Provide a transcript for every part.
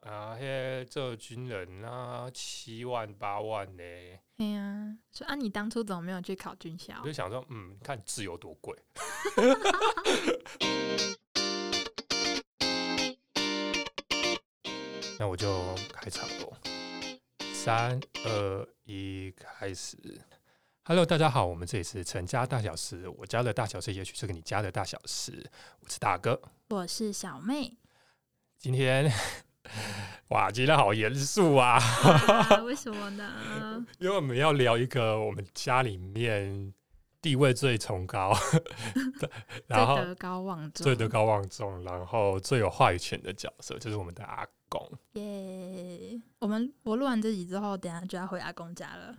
啊在这军人啊，七万八万呢、哎呀，说啊，你当初怎么没有去考军校我？就想说，嗯，看自由多贵。 那我就开场喽，三二一，开始。Hello，大家好，我们这里是陈家大小事，我家的大小事也许是个你家的大小事，我是大哥。我是小妹，今天， 哇，今天好严肃啊！ 啊、为什 么呢？因为我们要聊一个我们家里面地位最崇高， 然后最德高望重，最德高望重，然后最有话语权的角色就是我们的阿公。耶我们我录完这集之后，等一下就要回阿公家了。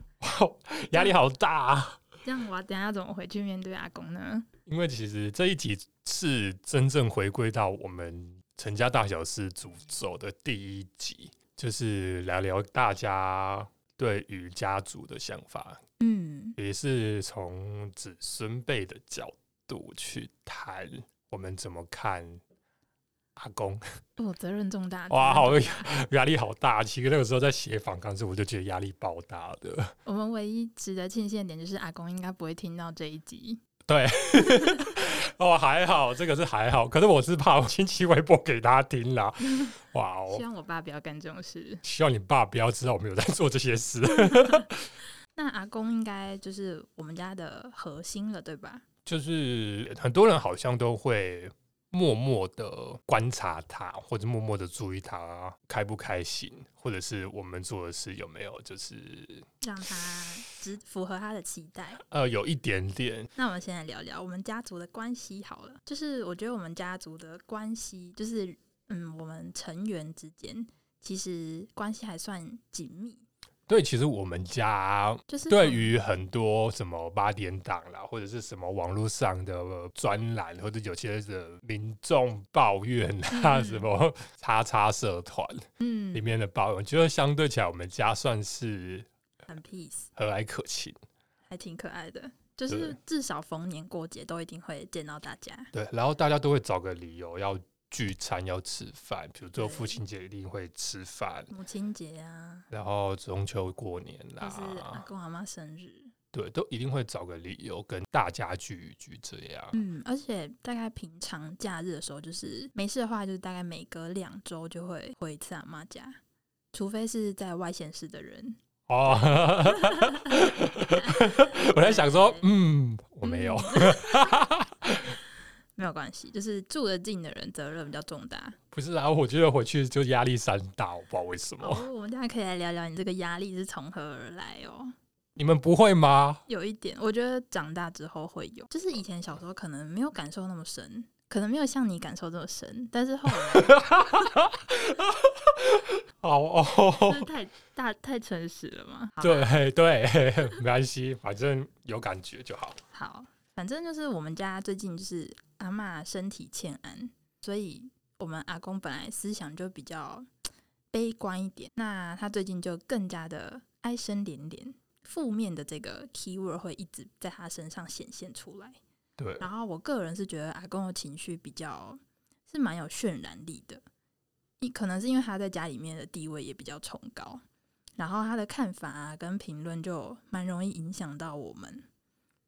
压力好大、啊，这样我要等一下怎么回去面对阿公呢？因为其实这一集是真正回归到我们陈家大小事诅咒的第一集，就是聊聊大家对于家族的想法，嗯，也是从子孙辈的角度去谈我们怎么看阿公。我责任重大。哇，好责任重大压力好大。其实那个时候在写访纲时，我就觉得压力爆大的。我们唯一值得庆幸的点就是阿公应该不会听到这一集。哦，还好，这个是还好，可是我是怕我亲戚微博给他听啦。哇哦希，望我爸不要干这种事。希望你爸不要知道我们有在做这些事。那阿公应该就是我们家的核心了，对吧？就是很多人好像都会默默的观察他，或者默默的注意他开不开心，或者是我们做的事有没有就是让他只符合他的期待。呃有一点点那我们先来聊聊我们家族的关系好了。就是我觉得我们家族的关系，就是嗯，我们成员之间其实关系还算紧密。对。其实我们家就是对从于很多什么八点档啦，或者是什么网络上的专栏，或者有些的民众抱怨啊，嗯什么叉叉社团嗯里面的抱怨，我觉得相对起来，我们家算是很 peace，和蔼可亲。还挺可爱的。就是对至少逢年过节都一定会见到大家。对，然后大家都会找个理由要聚餐、要吃饭，比如说对父亲节一定会吃饭，母亲节啊，然后中秋、过年啦、或是嗯阿公阿妈生日，对，都一定会找个理由跟大家聚一聚这样。嗯，而且大概平常假日的时候，就是没事的话，就是大概每隔两周就会回一次阿妈家，除非是在外县市的人。哦， 我在想说，嗯，我没有，没有关系，就是住得近的人责任比较重大。 不是啊，我觉得回去就压力山大，我不知道为什么。哦，我们大家可以来聊聊你这个压力是从何而来哦。你们不会吗？有一点，我觉得长大之后会有，就是以前小时候可能没有感受那么深，可能没有像你感受这么深，但是后来哦哦，就是太 大太诚实了嘛。嗯 好啊对对， 没关系，反正有感觉就好。好，反正就是我们家最近就是阿嬷身体欠安，所以我们阿公本来思想就比较悲观一点，那他最近就更加的唉声连连，负面的这个 keyword 会一直在他身上显现出来。对，然后我个人是觉得阿公的情绪比较是蛮有渲染力的，一可能是因为他在家里面的地位也比较崇高，然后他的看法啊跟评论就蛮容易影响到我们。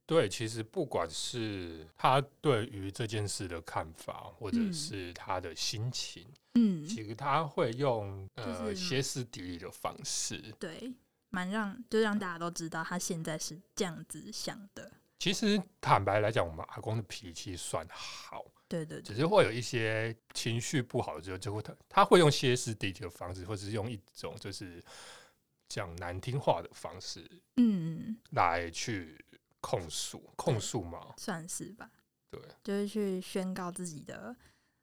对，其实不管是他对于这件事的看法，或者嗯是他的心情，嗯，其实他会用呃、就是歇斯底里的方式。对，蛮让就让大家都知道他现在是这样子想的。其实坦白来讲，我们阿公的脾气算好，对对对，只是会有一些情绪不好之后，就会他他会用歇斯底里的方式，或者是用一种就是讲难听话的方式嗯，来去控诉，控诉嘛，算是吧。对，就是去宣告自己的，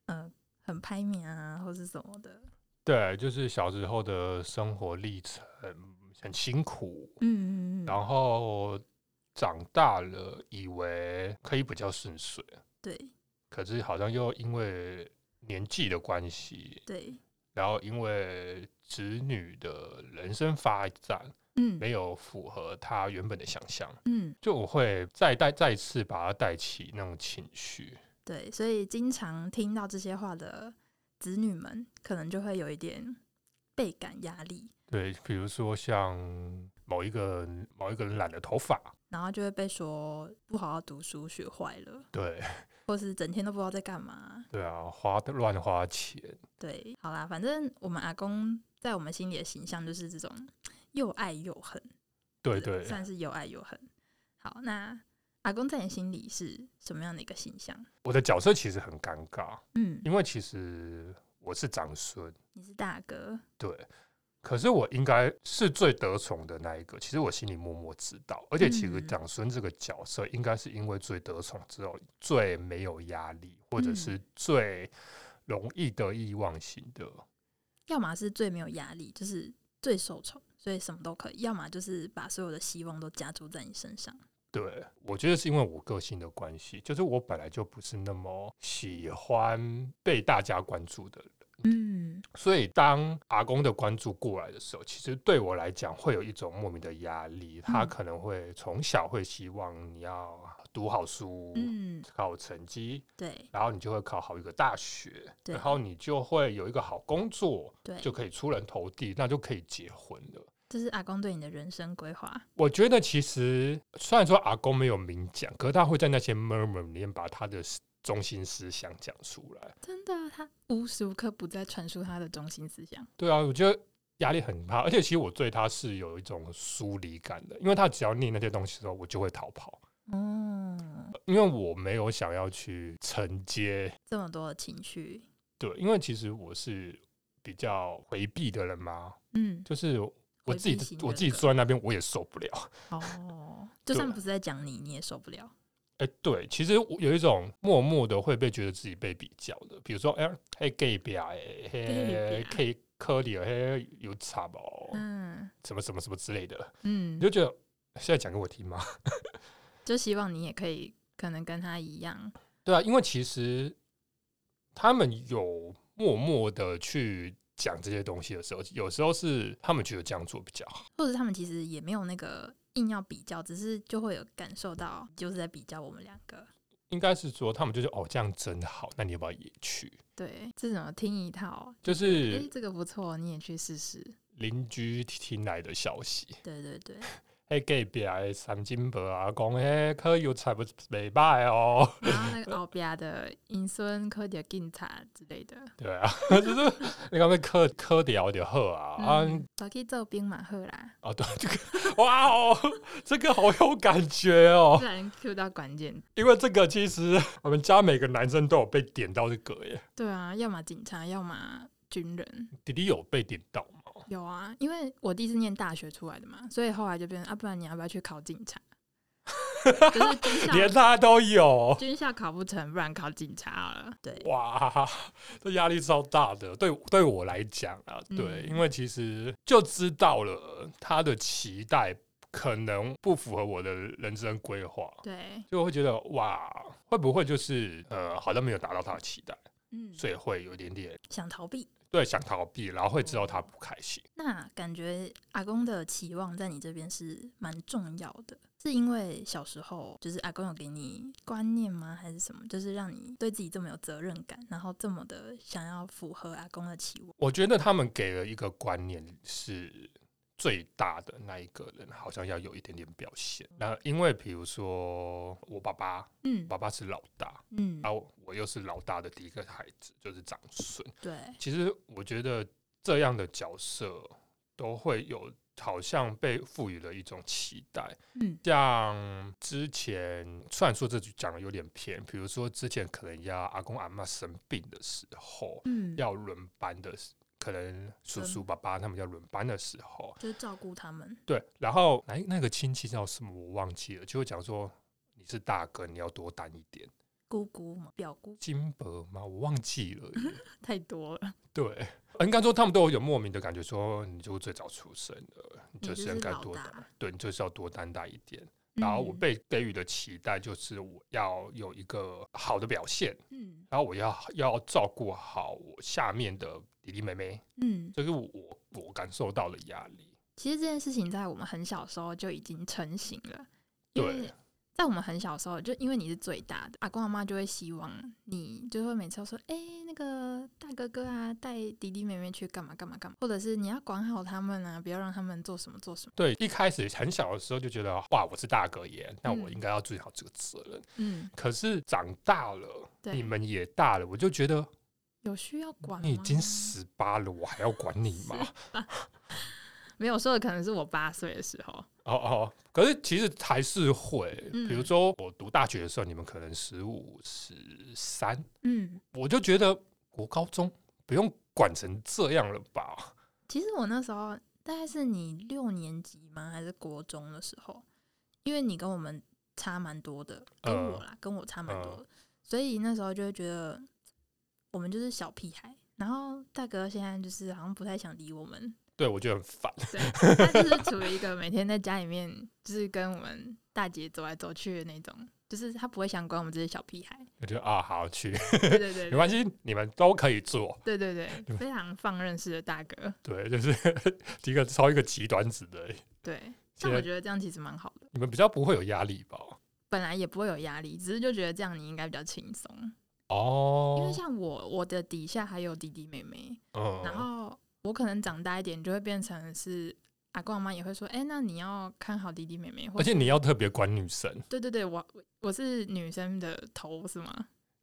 呃，很拍面啊，或是什么的。对，就是小时候的生活历程很辛苦，嗯嗯嗯，然后长大了，以为可以比较顺遂，对可是好像又因为年纪的关系，对，然后因为子女的人生发展嗯没有符合他原本的想象，嗯就我会再带再次把他带起那种情绪。对，所以经常听到这些话的子女们，可能就会有一点。倍感压力，对，比如说像某一个某一个人染了头发，然后就会被说不好好读书学坏了，对或是整天都不知道在干嘛。对啊，花乱花钱，对，好啦，反正我们阿公在我们心里的形象就是这种又爱又恨，对对对，算是又爱又恨。好，那阿公在你心里是什么样的一个形象？我的角色其实很尴尬，嗯，因为其实我是长孙，你是大哥，对，可是我应该是最得宠的那一个。其实我心里默默知道，而且其实嗯长孙这个角色，应该是因为最得宠之后最没有压力，或者是最容易得意忘形的。要么是最没有压力，就是最受宠，所以什么都可以；要么就是把所有的希望都加注在你身上。对，我觉得是因为我个性的关系，就是我本来就不是那么喜欢被大家关注的人，嗯，所以当阿公的关注过来的时候，其实对我来讲会有一种莫名的压力。他嗯可能会从小会希望你要读好书，嗯，考成绩，对然后你就会考好一个大学，对然后你就会有一个好工作，对，就可以出人头地，那就可以结婚了。这是阿公对你的人生规划。我觉得其实虽然说阿公没有明讲，可是他会在那些 murmur 里面把他的中心思想讲出来。真的，他无时无刻不在传输他的中心思想。对啊，我觉得压力很大，而且其实我对他是有一种疏离感的，因为他只要念那些东西的时候，我就会逃跑，哦，因为我没有想要去承接。这么多的情绪，对，因为其实我是比较回避的人嘛，嗯，就是我回自己避型我人自己格坐在那边我也受不了。哦， 就对算不是在讲你，你也受不了。哎、对，其实我有一种默默的会被觉得自己被比较的，比如说，哎、嘿 gay 表，哎嘿 K 科里，嘿有差吧，哦嗯什么什么什么之类的，你嗯，就觉得现在讲给我听吗？就希望你也可以，可能跟他一样。对啊，因为其实他们有默默的去讲这些东西的时候，有时候是他们觉得这样做比较好，或者他们其实也没有那个硬要比较，只是就会有感受到，就是在比较我们两个。应该是说他们就是哦这样真好，那你要不要也去？对，这种听一套，就哎、是这个不错，你也去试试。邻居听来的消息。对对对，迄隔壁的三金伯啊，讲迄可有菜不袂歹哦， 然后那个 后边的银孙科点警察之类的，对啊， 就是你讲要科科聊就好啊，嗯，早去做兵马赫啦，啊啊对，这个哇哦，这个好有感觉哦自，然 Q 到关键。因为这个其实 我们家每个男生都有被点到这个耶，对啊，要么警察，要么军人。弟弟有被点到吗？有啊，因为我弟是念大学出来的嘛，所以后来就变成啊，不然你要不要去考警察？ 就是军连校，他都有，军校考不成，不然考警察好了。对，哇，这压力超大的。对，对我来讲啊，对，嗯因为其实就知道了他的期待可能不符合我的人生规划，对，就会觉得哇，会不会就是呃，好像没有达到他的期待，嗯，所以会有一点点想逃避。对想逃避，然后会知道他不开心。那感觉阿公的期望在你这边是蛮重要的，是因为小时候就是阿公有给你观念吗，还是什么？就是让你对自己这么有责任感，然后这么的想要符合阿公的期望。我觉得他们给了一个观念是。最大的那一个人好像要有一点点表现。那因为比如说我爸爸，嗯爸爸是老大，嗯，啊，我又是老大的第一个孩子，就是长孙。对，其实我觉得这样的角色都会有，好像被赋予了一种期待。嗯像之前，虽然说这句讲的有点偏，比如说之前可能要阿公阿妈生病的时候，嗯，要轮班的时，可能叔叔爸爸他们要轮班的时候，就是照顾他们。对，然后哎，那个亲戚叫什么我忘记了，就会讲说你是大哥，你要多担一点。姑姑嘛，表姑金箔吗？我忘记了耶。太多了，对，呃应该说他们都有莫名的感觉，说你就是最早出生的，你就你就是是应该老多担大，嗯对你就是要多担待一点。然后我被给予的期待就是我要有一个好的表现，嗯然后我要要照顾好我下面的弟弟妹妹，嗯，这、是我我感受到的压力。其实这件事情在我们很小时候就已经成型了，因对为但我们很小时候，就因为你是最大的，阿公阿妈就会希望你，就会每次都说，哎、那个大哥哥啊，带弟弟妹妹去干嘛干嘛干嘛，或者是你要管好他们啊，不要让他们做什么做什么。对，一开始很小的时候就觉得，哇，我是大哥耶，那我嗯应该要注意好这个责任。嗯，可是长大了，对你们也大了，我就觉得有需要管吗？你已经十八了，我还要管你吗？没有说的，可能是我八岁的时候。哦哦，可是其实还是会，嗯比如说我读大学的时候，你们可能十五、十三，嗯，我就觉得国高中不用管成这样了吧？其实我那时候大概是你六年级吗？还是国中的时候？因为你跟我们差蛮多的，跟呃我啦，跟我差蛮多呃的，所以那时候就会觉得我们就是小屁孩。然后大哥现在就是好像不太想理我们，对，我觉得很烦。对，他就是处于一个每天在家里面就是跟我们大姐走来走去的那种，就是他不会想管我们这些小屁孩。我觉得啊，好去，对对对 没关系，你们都可以做。对对对，非常放任式的大哥。对，就是 一个超一个极端子的，对，现但在我觉得这样其实蛮好的。你们比较不会有压力吧？本来也不会有压力，只是就觉得这样你应该比较轻松。因为哦，像我，我的底下还有弟弟妹妹，嗯然后我可能长大一点就会变成是阿公阿妈也会说，哎、那你要看好弟弟妹妹，或而者且你要特别管女生，对对对，我我我是女生的头是吗？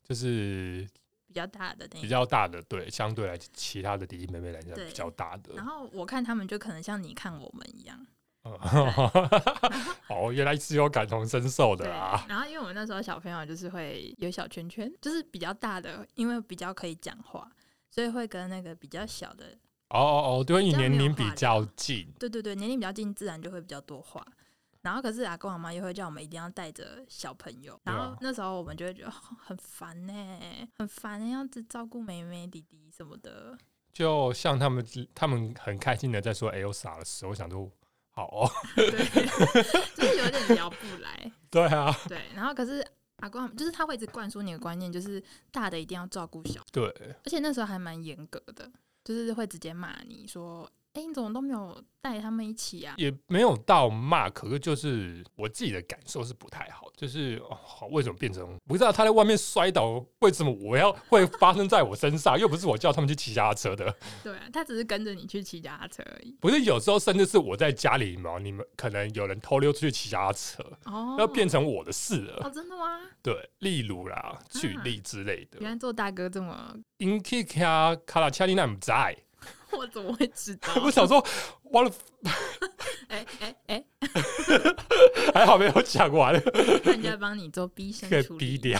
就是比较大的那比一个。较大的，对，相对来其他的弟弟妹妹来讲对比较大的然。后我看他们就可能像你看我们一样，嗯哦，原来是有感同身受对的啊。。然后因为我们那时候小朋友就是会有小圈圈，就是比较大的，因为比较可以讲话，所以会跟那个比较小的哦哦哦，对，你这样年没有龄话比聊较近，对对对，年龄比较近，自然就会比较多话。然后可是阿公阿妈又会叫我们一定要带着小朋友，对然啊后那时候我们就会觉得、哦很烦呢、很烦、欸，要只照顾妹妹弟弟什么的。就像他们他们很开心的在说 Elsa 的时候，我想说好哦， 对， 就是有点聊不来。对啊，对，然后可是阿公阿嬷就是他会一直灌输你的观念，就是大的一定要照顾小，对，而且那时候还蛮严格的，就是会直接骂你说：“哎、你怎么都没有带他们一起啊 也没有到骂，可是就是我自己的感受是不太好，就是、哦、为什么变成不知道他在外面摔倒，为什么我要会发生在我身上？又不是我叫他们去骑脚踏车的，？” 对啊，他只是跟着你去骑脚踏车而已。不是有时候甚至是我在家里嘛，你们可能有人偷溜出去骑脚踏车，哦，那变成我的事了。哦，真的吗？对，例如啦，举例之类的。原来做大哥这 么，因 k i k a 卡拉恰利娜不在，？我怎么会知 道我想说，完了，哎哎哎，还好没有讲 完，那人家帮你做逼 声给处逼理。掉。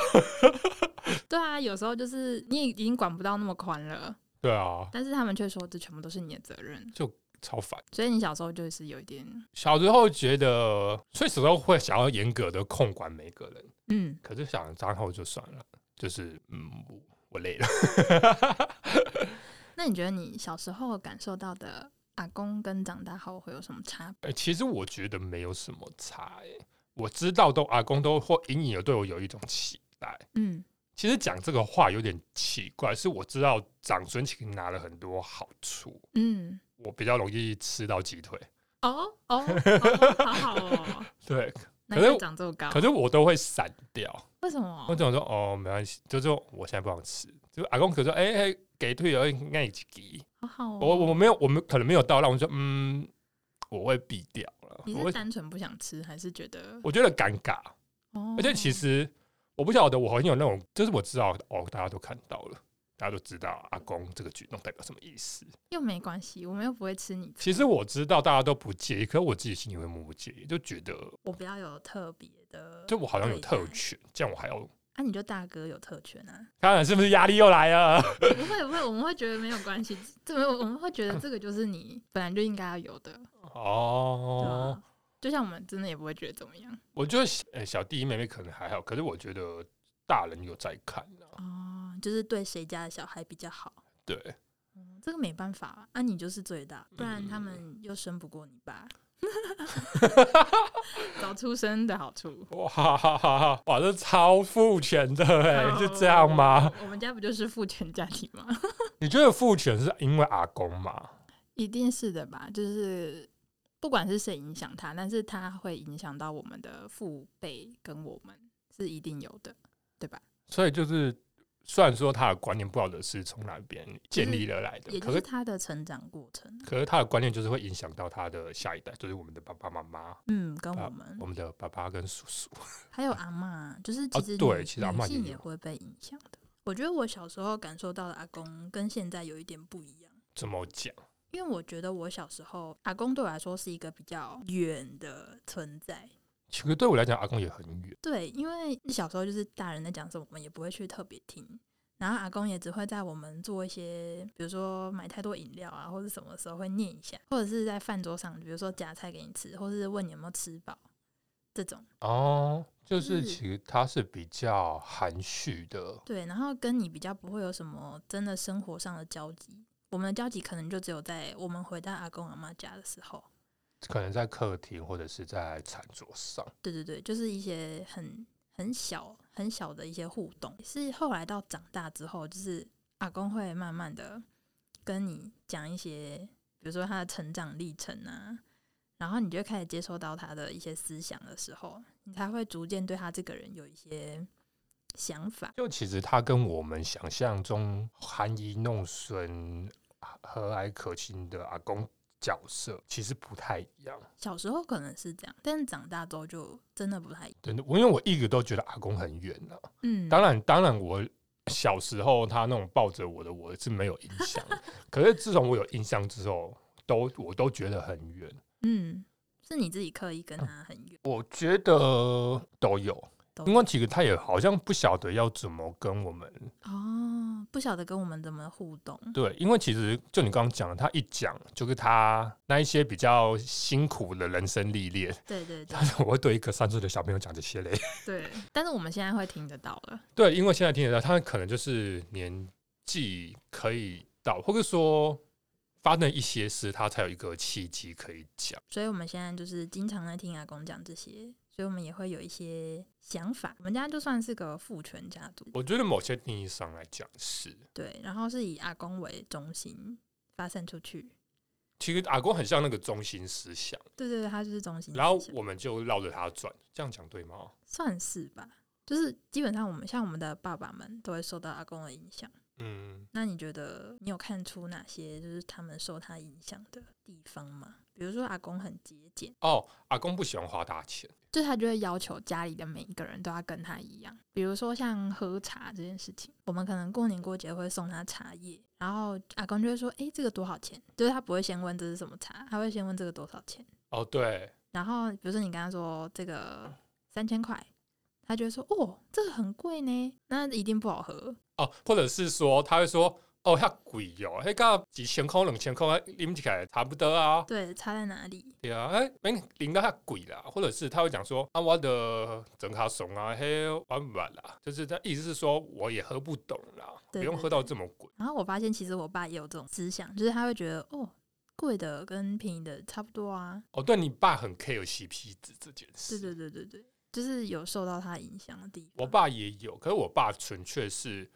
对啊，有时候就是你已经管不到那么宽了，对啊，但是他们却说这全部都是你的责任，超烦。所以你小时候就是有一点，小时候觉得，所以小时候会想要严格的控管每个人，嗯，可是想长后就算了，就是嗯，我我累了。那你觉得你小时候感受到的阿公跟长大后会有什么差别？哎、 其实我觉得没有什么差、欸，我知道都阿公都或隐隐的对我有一种期待。嗯其实讲这个话有点奇怪，是我知道长孙其实拿了很多好处，嗯，我比较容易吃到鸡腿，哦哦，哦好好 哦，对，那可是你长这么高可，是我都会闪掉。为什我么？总说哦，没关系，就是我现在不想吃。就是阿公可能说，哎、哎、给退了，那你给。好好哦，我我没有，我们可能没有到让我说，嗯，我会避掉了。你我是会，单纯不想吃，还是觉得？我觉得尴尬，哦而且其实我不晓得，我很有那种，就是我知道哦，大家都看到了。大家都知道阿公这个举动代表什么意思。又没关系，我们又不会吃你。其实我知道大家都不介意，可是我自己心里会默默介意，就觉得我不要有特别的，就我好像有特，权，这样我还要……啊，你就大哥有特权啊， 当然是不是压力又来了？ 不会不会，我们会觉得没有关系，这没有，我们会觉得这个就是你本来就应该要有的，对啊吧、哦，就像我们真的也不会觉得怎么样我觉得小呃小弟妹妹可能还好，可是我觉得大人有在看啊。哦，就是对谁家的小孩比较好，对，嗯这个没办法啊，啊你就是最大，不然他嗯们又生不过你爸。 早出生的好 处，哇哈哈哈哈！哇，这超父权的哎、哦是这样吗？？我们家不就是父权家庭吗？你觉得父权是因为阿公吗？一定是的吧，就是不管是谁影响他，但是他会影响到我们的父辈跟我们是一定有的，对吧？所以就是虽然说他的观念不晓得是从哪边建立而来的，也就可是是他的成长过程，啊可是他的观念就是会影响到他的下一代，就是我们的爸爸妈妈、嗯，跟啊我们我们的爸爸跟叔叔。还有阿嬷，就是其哦实女、对其实阿女嬷性也也有会被影响的。我觉得我小时候感受到的阿公跟现在有一点不一样，怎么讲？因为我觉得我小时候阿公对我来说是一个比较远的存在。其实对我来讲，阿公也很远。对，因为小时候就是大人在讲什么，我们也不会去特别听。然后阿公也只会在我们做一些，比如说买太多饮料啊，或者什么时候会念一下，或者是在饭桌上，比如说夹菜给你吃，或是问你有没有吃饱这种。哦，就是嗯其实他是比较含蓄的，对，然后跟你比较不会有什么真的生活上的交集。我们的交集可能就只有在我们回到阿公阿妈家的时候。可能在客厅或者是在餐桌上。对对对，就是一些很很小很小的一些互动。是后来到长大之后，就是阿公会慢慢的跟你讲一些，比如说他的成长历程啊，然后你就开始接收到他的一些思想的时候，你才会逐渐对他这个人有一些想法。就其实他跟我们想象中含饴弄孙、和蔼可亲的阿公角色其实不太一样。小时候可能是这样，但是长大之后就真的不太一样。真的，我因为我一直都觉得阿公很远呢、嗯，当然，当然我。小时候他那种抱着我的，我是没有印象的。可是自从我有印象之后，都我都觉得很远。嗯，是你自己刻意跟他很远，我觉得都有，都因为其实他也好像不晓得要怎么跟我们哦，不晓得跟我们怎么互动。对，因为其实就你刚刚讲的，他一讲就是他那一些比较辛苦的人生历练，对对对但是我会对一个三岁的小朋友讲这些嘞。 对，但是我们现在会听得到了。对，因为现在听得到，他可能就是年纪可以到，或者说发生一些事，他才有一个契机可以讲。所以我们现在就是经常在听阿公讲这些，所以我们也会有一些想法。我们家就算是个父权家族，我觉得某些定义上来讲是，对，然后是以阿公为中心发散出去。其实阿公很像那个中心思想，对对对，他就是中心思想。然后我们就绕着他转，这样讲对吗？算是吧，就是基本上我们像我们的爸爸们都会受到阿公的影响。嗯，那你觉得你有看出哪些就是他们受他影响的地方吗？比如说阿公很节俭，哦，阿公不喜欢花大钱，就他就会要求家里的每一个人都要跟他一样。比如说像喝茶这件事情，我们可能过年过节会送他茶叶，然后阿公就会说：“诶、这个多少钱？”就是他不会先问这是什么茶，他会先问这个多少钱。哦，对，然后比如说你跟他说这个三千块，他就会说：“哦，这个很贵呢，那一定不好喝。”哦，或者是说他会说，哦，遐贵哦，迄个几千块、两千块，啉起来差不多啊，对，差在哪里？对啊，哎、免啉到遐贵啦，或者是他会讲说，啊，我的整卡怂啊，嘿，玩不玩啦，就是他意思是说我也喝不懂啦，对不用对喝到对这么贵，然后我发现，其实我爸也有这种思想，就是他会觉得哦，贵的跟便宜的差不多啊。哦，对你爸很 care CP 值这件对事，对对对对，就是有受到他影响的地我方。爸也有，可是我爸纯粹是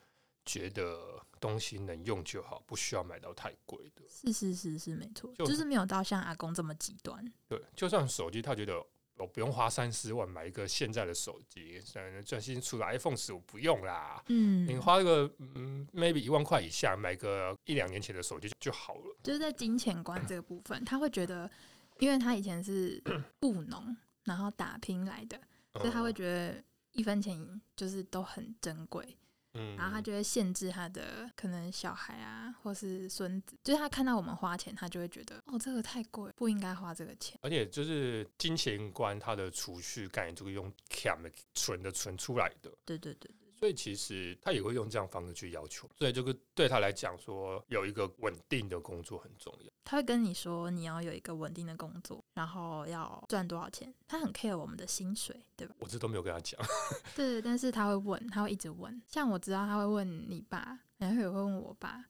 觉得东西能用就好，不需要买到太贵的。是是是是没错，就就是没有到像阿公这么极端。对，就算手机，他觉得我不用花三四万买一个现在的手机，像最新出的 iPhone 十五不用啦，嗯，你花个嗯 maybe 一万块以下买个一两年前的手机就就好了。就是在金钱观这个部分，他会觉得，因为他以 前是务农，然后打拼来的，所以他哦会觉得一分钱就是都很珍贵。嗯，嗯然后他就会限制他的可能小孩啊，或是孙子，就是他看到我们花钱，他就会觉得哦，这个太贵，不应该花这个钱。而且就是金钱观，它的储蓄概念就是用 cam 存的存出来的，对对对对，所以其实他也会用这样方式去要求。所以这个对他来讲说，有一个稳定的工作很重要。他会跟你说你要有一个稳定的工作，然后要赚多少钱，他很 care 我们的薪水，对吧？我这都没有跟他讲，对，但是他会问，他会一直问。像我知道他会问你爸，然后也会问我爸，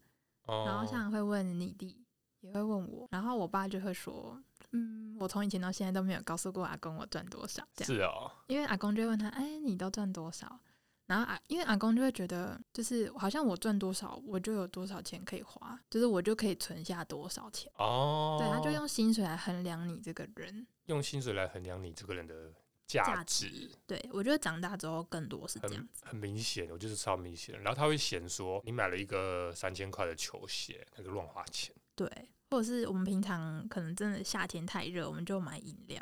然后哦像会问你弟，也会问我，然后我爸就会说，嗯，我从以前到现在都没有告诉过阿公我赚多少，这样。是哦，因为阿公就会问他，哎，你都赚多少？然后啊，因为阿公就会觉得，就是好像我赚多少，我就有多少钱可以花，就是我就可以存下多少钱。哦，对，他就用薪水来衡量你这个人。用薪水来衡量你这个人的价价值，对我觉得长大之后更多是这样很子。很明显，我就是超明显的。然后他会嫌说你买了一个三千块的球鞋，那个乱花钱。对，或者是我们平常可能真的夏天太热，我们就买饮料，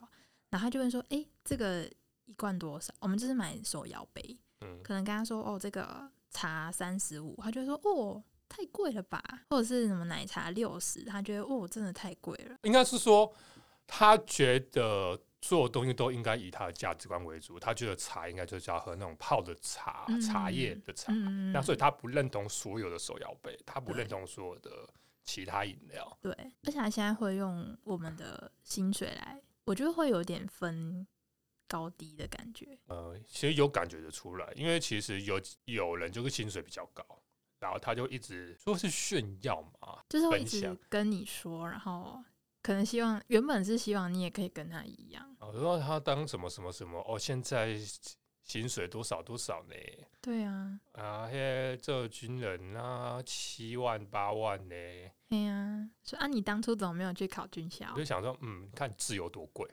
然后他就问说：“诶，这个一罐多少？”我们就是买手摇杯，嗯，可能跟他说：“哦，这个茶三十五。”他就会说：“哦，太贵了吧？”或者是什么奶茶六十，他觉得：“哦，真的太贵了。应该是说他觉得。所有东西都应该以他的价值观为主，他觉得茶应该就是要喝那种泡的茶，嗯茶叶的茶。嗯”嗯，那所以嗯他不认同所有的手摇杯，他不对认同所有的其他饮料。对，而且他现在会用我们的薪水来，我觉得会有点分高低的感觉。呃，其实有感觉得出来，因为其实有有人就是薪水比较高，然后他就一直说是炫耀嘛，就是会分一直享跟你说，然后可能希望原本是希望你也可以跟他一样，然后他当什么什么什么哦，现在薪水多少多少呢？对啊，啊，嘿，这军人啊，七万八万呢，对啊，说啊你当初怎么没有去考军校我就？想说，嗯，你看自由多贵，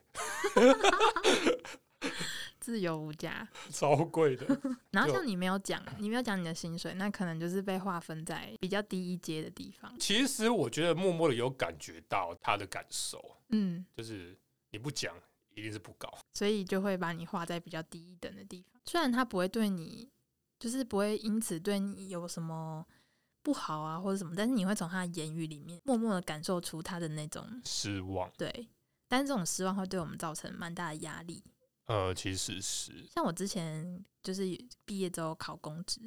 自由无价。 超贵的，然后就像你没有讲，你没有讲你的薪水，那可能就是被划分在比较低一阶的地方。其实我觉得默默的有感觉到他的感受，嗯，就是你不讲一定是不高，所以就会把你划在比较低一等的地方。虽然他不会对你，就是不会因此对你有什么不好啊或者什么，但是你会从他的言语里面默默的感受出他的那种失望。对，但是这种失望会对我们造成蛮大的压力。呃，其实是，像我之前就是毕业之后考公职，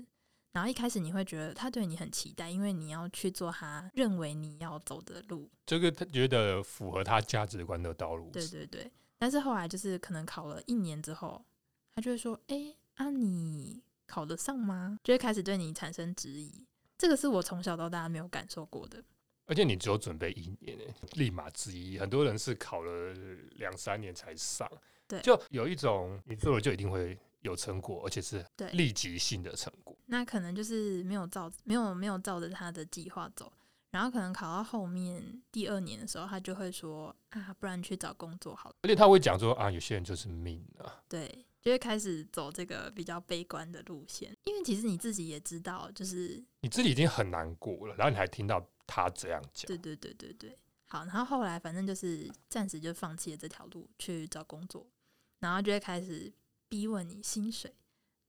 然后一开始你会觉得他对你很期待，因为你要去做他认为你要走的路，这个他觉得符合他价值观的道路，对对对。但是后来就是可能考了一年之后，他就会说：“哎、啊你考得上吗？”就会开始对你产生质疑。这个是我从小到大没有感受过的。而且你只有准备一年欸，立马之一。很多人是考了两三年才上，对就有一种你做了就一定会有成果，而且是对立即性的成果。那可能就是没有照没有没有照着他的计划走，然后可能考到后面第二年的时候，他就会说啊，不然去找工作好了，而且他会讲说啊，有些人就是命啊，对，就会开始走这个比较悲观的路线，因为其实你自己也知道，就是你自己已经很难过了，然后你还听到他这样讲对，对对对对，好，然后后来反正就是暂时就放弃了这条路去找工作，然后就会开始逼问你薪水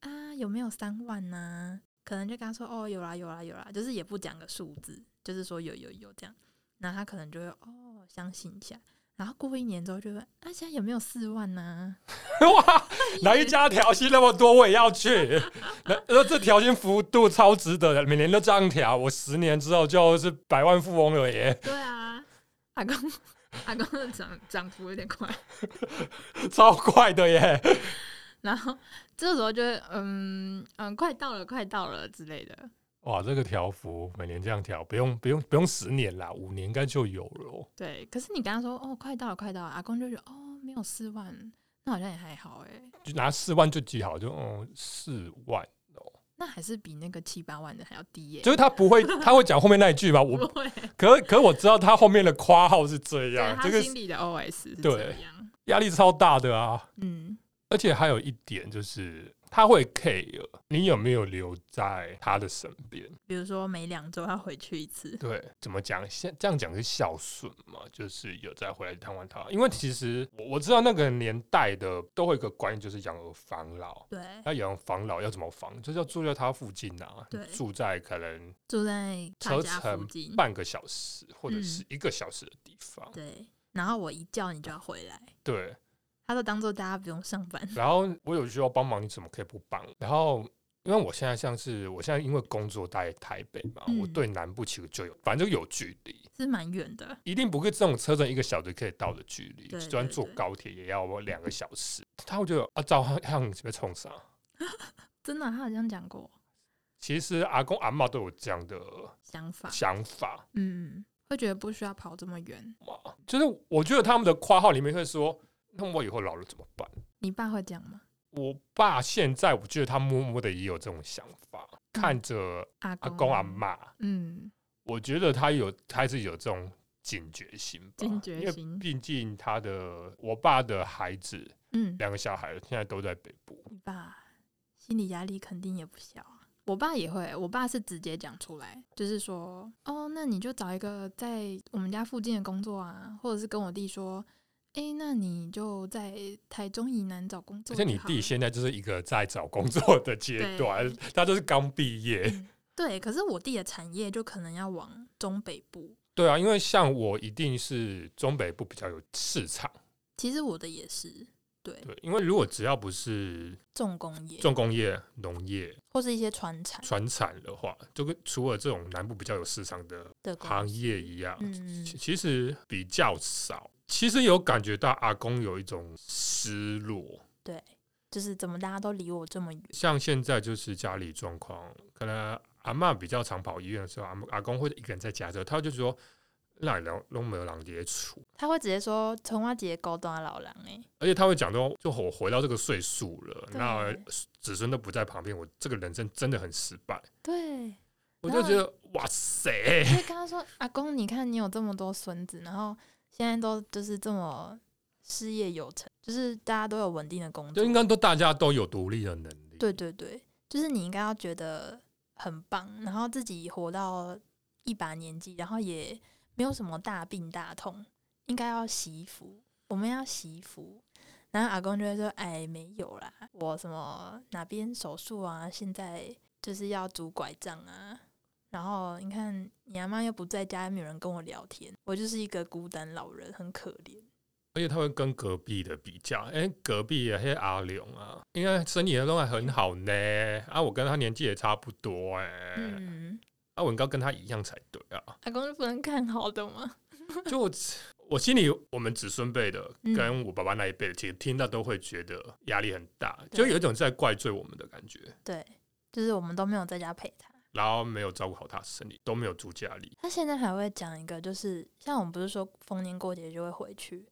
啊有没有三万呢、可能就跟他说哦有啦有啦有啦，就是也不讲个数字，就是说有有有这样，那他可能就会哦相信一下，然后过一年之后就问啊现在有没有四万呢、 哇，哪一家调薪那么多，我也要去。 那那这调薪幅度超值得的，每年都这样调，我十年之后就是百万富翁了耶，对啊，阿公阿公的涨涨幅有点快。超快的耶。然后这时候就会嗯嗯，快到了，快到了之类的。哇，这个条幅每年这样调，不用不用不用十年啦，五年应该就有了哦。对，可是你跟他说哦，快到了，快到了，阿公就觉得哦，没有四万，那好像也还好哎，就拿四万就记好，就嗯四万，那还是比那个七八万的还要低耶、就是他不会，他会讲后面那一句吧？不 我会，可可我知道他后面的夸号是这对样，他啊这个心里的 OS 是这对样。压力超大的啊。嗯，而且还有一点就是，他会 care 你有没有留在他的身边。比如说每两周要回去一次，对，怎么讲？现这样讲是孝顺嘛，就是有再回来探望他。因为其实我我知道那个年代的都会有一个观念，就是养儿防老。对，要养防老要怎么防？就是要住在他附近啊，对嗯住在可能住在他车家附程近，半个小时或者嗯是一个小时的地方。对，然后我一叫你就要回来，对，他都当做大家不用上班。然后我有需要帮忙，你怎么可以不帮？然后因为我现在像是我现在因为工作在台北嘛，嗯我对南部其实就有，反正就有距离。是蛮远的，一定不会这种车程一个小时可以到的距离，对就算对坐对高铁也要两个小时。他会觉得啊，照样被冲上。真的啊、他好像讲过其实阿公阿嬷都有这样的想法，想法，嗯，会觉得不需要跑这么远。嘛，就是我觉得他们的括号里面会说，那我以后老了怎么办？你爸会这样吗？我爸现在我觉得他默默的也有这种想法，看着阿阿公公阿妈，嗯，我觉得他有开始有这种警觉心吧，警觉心因为毕竟他的我爸的孩子嗯，两个小孩现在都在北部，你爸心理压力肯定也不小啊。我爸也会，我爸是直接讲出来，就是说，哦，那你就找一个在我们家附近的工作啊，或者是跟我弟说，诶，那你就在台中以南找工而作就且好了。你弟现在就是一个在找工作的阶段，他就是刚毕业。嗯对，可是我弟的产业就可能要往中北部，对啊，因为像我一定是中北部比较有市场，其实我的也是，对，对，因为如果只要不是重工业重工业、农业、或是一些船产船产的话，就跟除了这种南部比较有市场的的公行司业一样，嗯，其其实比较少。其实有感觉到阿公有一种失落，对，就是怎么大家都离我这么远，像现在就是家里状况，可能阿嬷比较常跑医院的时候，阿嬷阿公会一个人在家的时候，他就说：“那人都没有人接触。他会直接说从我姐沟通老狼哎、”而且他会讲到，就我回到这个岁数了，对那子孙都不在旁边，我这个人生真的很失败。对，我就觉得哇塞，就跟他说：“阿公，你看你有这么多孙子，然后现在都就是这么事业有成，就是大家都有稳定的工就作应。该都大家都有独立的能力。对对对，就是你应该要觉得很棒，然后自己活到一把年纪，然后也没有什么大病大痛，应该要惜福。我们要惜福。”然后阿公就会说：“哎，没有啦，我什么哪边手术啊，现在就是要拄拐杖啊，然后你看，你阿妈又不在家，没有人跟我聊天，我就是一个孤单老人，很可怜。而且他会跟隔壁的比较，哎、隔壁的黑阿龙啊，应该身体都还很好呢，啊，我跟他年纪也差不多哎、嗯，啊，我应该跟他一样才对 啊。阿公就不能看好的吗？就我我心里，我们子孙辈的嗯跟我爸爸那一辈的，其实听到都会觉得压力很大，对就有一种在怪罪我们的感觉，对，就是我们都没有在家陪他。然后没有照顾好他的身体，都没有住家里，他现在还会讲一个，就是像我们不是说逢年过节就会回去，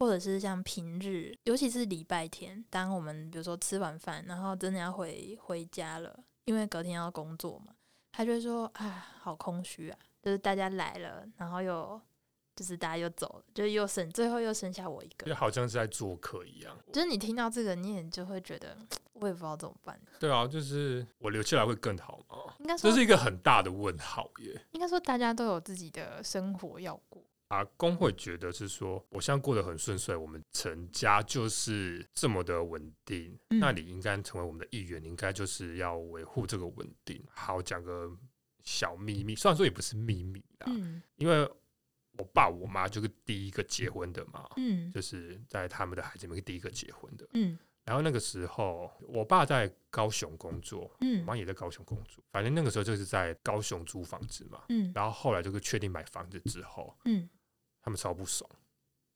或者是像平日，尤其是礼拜天，当我们比如说吃完饭，然后真的要回回家了，因为隔天要工作嘛，他就会说啊，好空虚啊，就是大家来了，然后又就是大家又走了，就又剩最后又剩下我一个就，好像是在做客一样。就是你听到这个，你也就会觉得我也不知道怎么办，对啊，就是我留下来会更好吗？应该说这是一个很大的问号耶。应该说大家都有自己的生活要过，阿公会觉得是说，我现在过得很顺遂，我们成家就是这么的稳定，嗯那你应该成为我们的一员，你应该就是要维护这个稳定。好，讲个小秘密，虽然说也不是秘密啦，嗯因为我爸我妈就是第一个结婚的嘛，嗯就是在他们的孩子里面第一个结婚的。嗯然后那个时候，我爸在高雄工作，我嗯妈也在高雄工作，反正那个时候就是在高雄租房子嘛。嗯然后后来就是确定买房子之后，嗯，他们超不爽。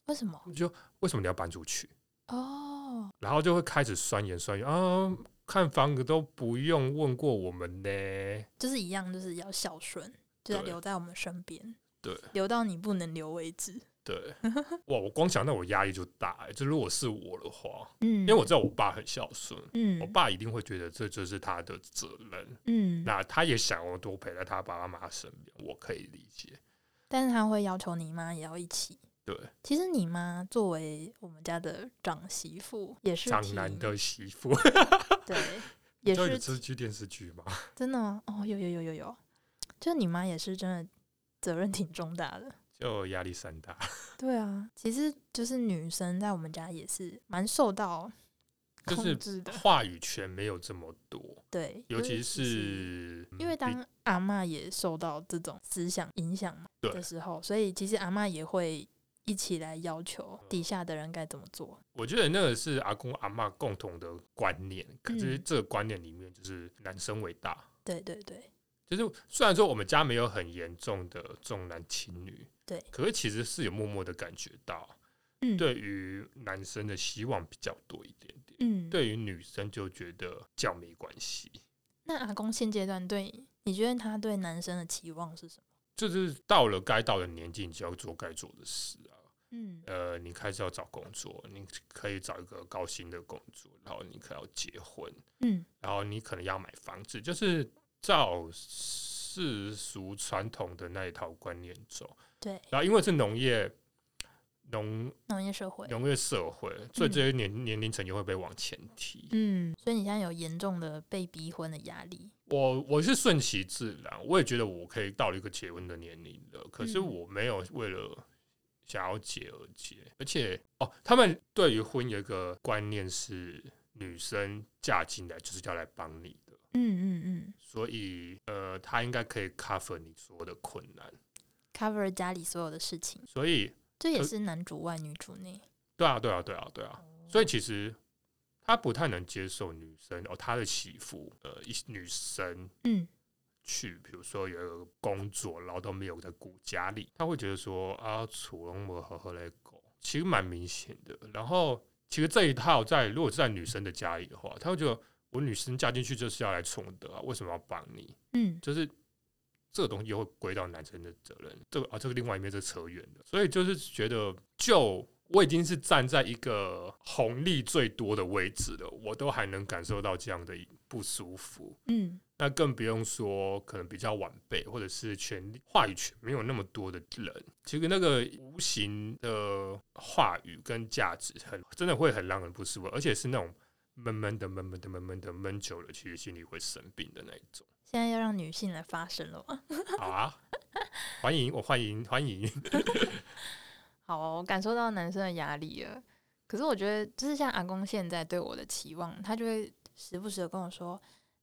为什么？就为什么你要搬出去？哦，然后就会开始酸言酸语啊，看房子都不用问过我们呢。就是一样，就是要孝顺，就要对留在我们身边，对，留到你不能留为止。对， 哇，我光想到我压力就大、欸。就如果是我的话，嗯，因为我知道我爸很孝顺，嗯我爸一定会觉得这就是他的责任。嗯，那他也想要多陪在他爸爸妈妈身边，我可以理解。但是他会要求你妈也要一起。对，其实你妈作为我们家的长媳妇，也是长挺男的媳妇， 对，也 就是有这剧电视剧嘛，真的吗？哦，有有有有有，就你妈也是真的责任挺重大的。就压力山大。对啊，其实就是女生在我们家也是蛮受到就控是制的，话语权没有这么多，对，尤就是其其实是嗯因为当阿嬷也受到这种思想影响嘛对的时候，所以其实阿嬷也会一起来要求底下的人该怎么做。我觉得那个是阿公阿嬷共同的观念，可是嗯这个观念里面就是男生伟大。对对对，就是虽然说我们家没有很严重的重男轻女，对可是其实是有默默的感觉到，嗯，，对于男生的希望比较多一点点，嗯，。对于女生就觉得较没关系。那阿公现阶段对你觉得他对男生的期望是什么？就是到了该到的年纪，你就要做该做的事啊。嗯呃，你开始要找工作，你可以找一个高薪的工作，然后你可能要结婚，嗯然后你可能要买房子，就是照世俗传统的那一套观念走。对，然后因为是农业。农农业社会，农业社会，所以这些年年龄层就会被往前提。嗯，所以你现在有严重的被逼婚的压力，我我是顺其自然，我也觉得我可以到了一个结婚的年龄了，可是嗯我没有为了想要结而结，而且哦，他们对于婚有一个观念是，女生嫁进来就是要来帮你的，嗯嗯嗯所以呃，她应该可以 cover 你所有的困难， ，cover 家里所有的事情，所以这也可是男主外女主内，对啊，对啊，对啊，对啊，所以其实他不太能接受女生哦，他的媳妇呃，一女生嗯去，比如说有一个工作，然后都没有在顾家里，他会觉得说啊，楚龙我和和来狗，其实蛮明显的。然后其实这一套在如果是在女生的家里的话，他会觉得我女生嫁进去就是要来宠的啊，为什么要帮你？嗯就是这个东西又会归到男生的责任。这个啊，这个另外一面是扯远了，所以就是觉得就。我已经是站在一个红利最多的位置了，我都还能感受到这样的一不舒服。嗯那更不用说可能比较晚辈或者是权力话语权没有那么多的人，其实那个无形的话语跟价值很真的会很让人不舒服，而且是那种闷闷的、闷闷的、闷闷的闷久了，其实心里会生病的那一种。现在要让女性来发声了吗？ 好啊，欢迎我欢迎欢迎，好哦、我感受到男生的压力了。可是我觉得，就是像阿公现在对我的期望，他就会时不时的跟我说：“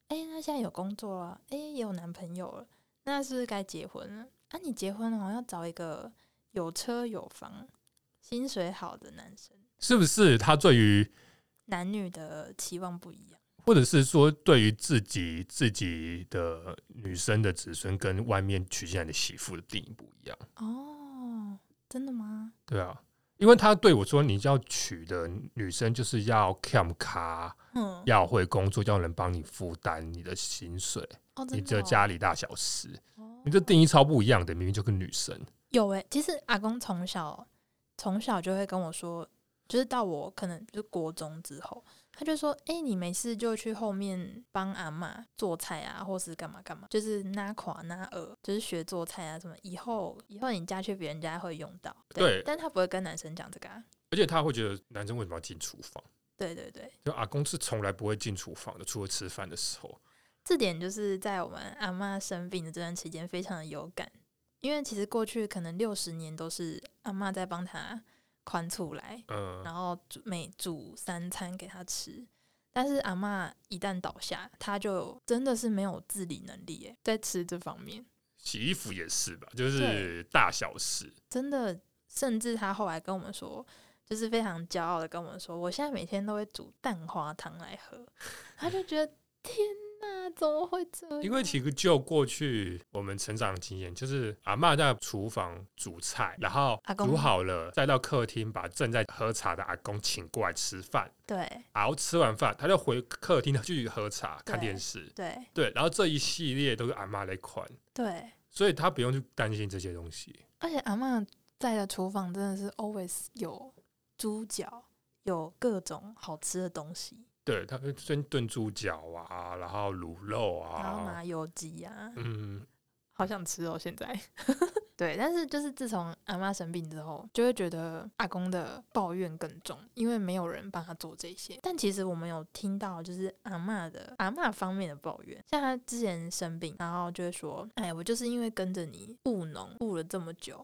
哎、他现在有工作了，哎、也有男朋友了，那是不是该结婚了？啊，你结婚好像要找一个有车有房、薪水好的男生。是不是他对于男女的期望不一样，或者是说对于自己自己的女生的子孙跟外面娶进来的媳妇的定义不一样？哦，真的吗？对啊，因为他对我说，你要娶的女生就是要 cam 卡，嗯，要会工作，要能帮你负担你的薪水，哦，真的、哦，你的家里大小事，哦你这定义超不一样的，明明就跟女生。有诶、其实阿公从小从小就会跟我说，就是到我可能就是国中之后，他就说：“诶、你没事就去后面帮阿嬷做菜啊，或是干嘛干嘛，就是拉垮拉饵，就是学做菜啊什么。以后以后你家去别人家会用到，对但他不会跟男生讲这个、啊。而且他会觉得男生为什么要进厨房？对对对，就阿公是从来不会进厨房的，除了吃饭的时候。这点就是在我们阿嬷生病的这段期间非常的有感，因为其实过去可能六十年都是阿嬷在帮他宽出来，嗯、然后煮每煮三餐给他吃。但是阿嬷一旦倒下，他就真的是没有自理能力耶，在吃这方面，洗衣服也是吧，就是大小事。真的，甚至他后来跟我们说，就是非常骄傲的跟我们说，我现在每天都会煮蛋花汤来喝， 他就觉得天哪，怎么会这样？因为其实就过去我们成长的经验，就是阿嬷在厨房煮菜，然后阿公煮好了，再到客厅把正在喝茶的阿公请过来吃饭，对然后吃完饭他就回客厅继续喝茶、看对电视，对对，然后这一系列都是阿嬷来款，对，所以他不用去担心这些东西。而且阿嬷在的厨房真的是 always 有猪脚，有各种好吃的东西，对他会先炖猪脚啊，然后卤肉然后麻啊，油鸡啊，嗯，好想吃哦！现在，对，但是就是自从阿妈生病之后，就会觉得阿公的抱怨更重，因为没有人帮他做这些。但其实我们有听到，就是阿妈的阿妈方面的抱怨，像他之前生病，然后就会说：“哎，我就是因为跟着你务农务了这么久，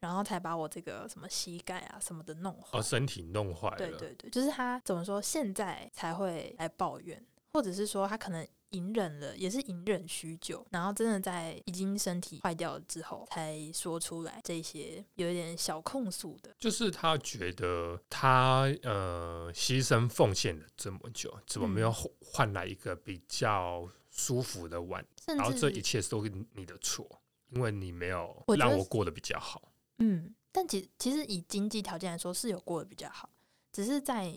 然后才把我这个什么膝盖啊什么的弄坏。哦，身体弄坏了，对对对，就是他怎么说，现在才会来抱怨，或者是说他可能隐忍了，也是隐忍许久，然后真的在已经身体坏掉了之后，才说出来这些有一点小控诉的。就是他觉得他呃牺牲奉献了这么久，怎么没有嗯换换来一个比较舒服的晚？甚然后这一至切都是你的错，因为你没有我觉得让我是过得比较好。嗯，但其其实以经济条件来说是有过得比较好，只是在